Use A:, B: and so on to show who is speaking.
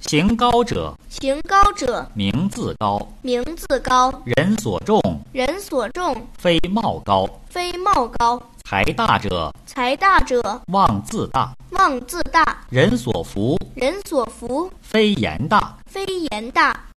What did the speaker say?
A: 行高者，
B: 行高者，
A: 名自高；
B: 名自高，
A: 人所重，
B: 人所重，
A: 非貌高；
B: 非貌高。
A: 财大者，
B: 财大者，
A: 妄自大；
B: 妄自大，
A: 人所服，
B: 人所服，
A: 非言大。
B: 非言大。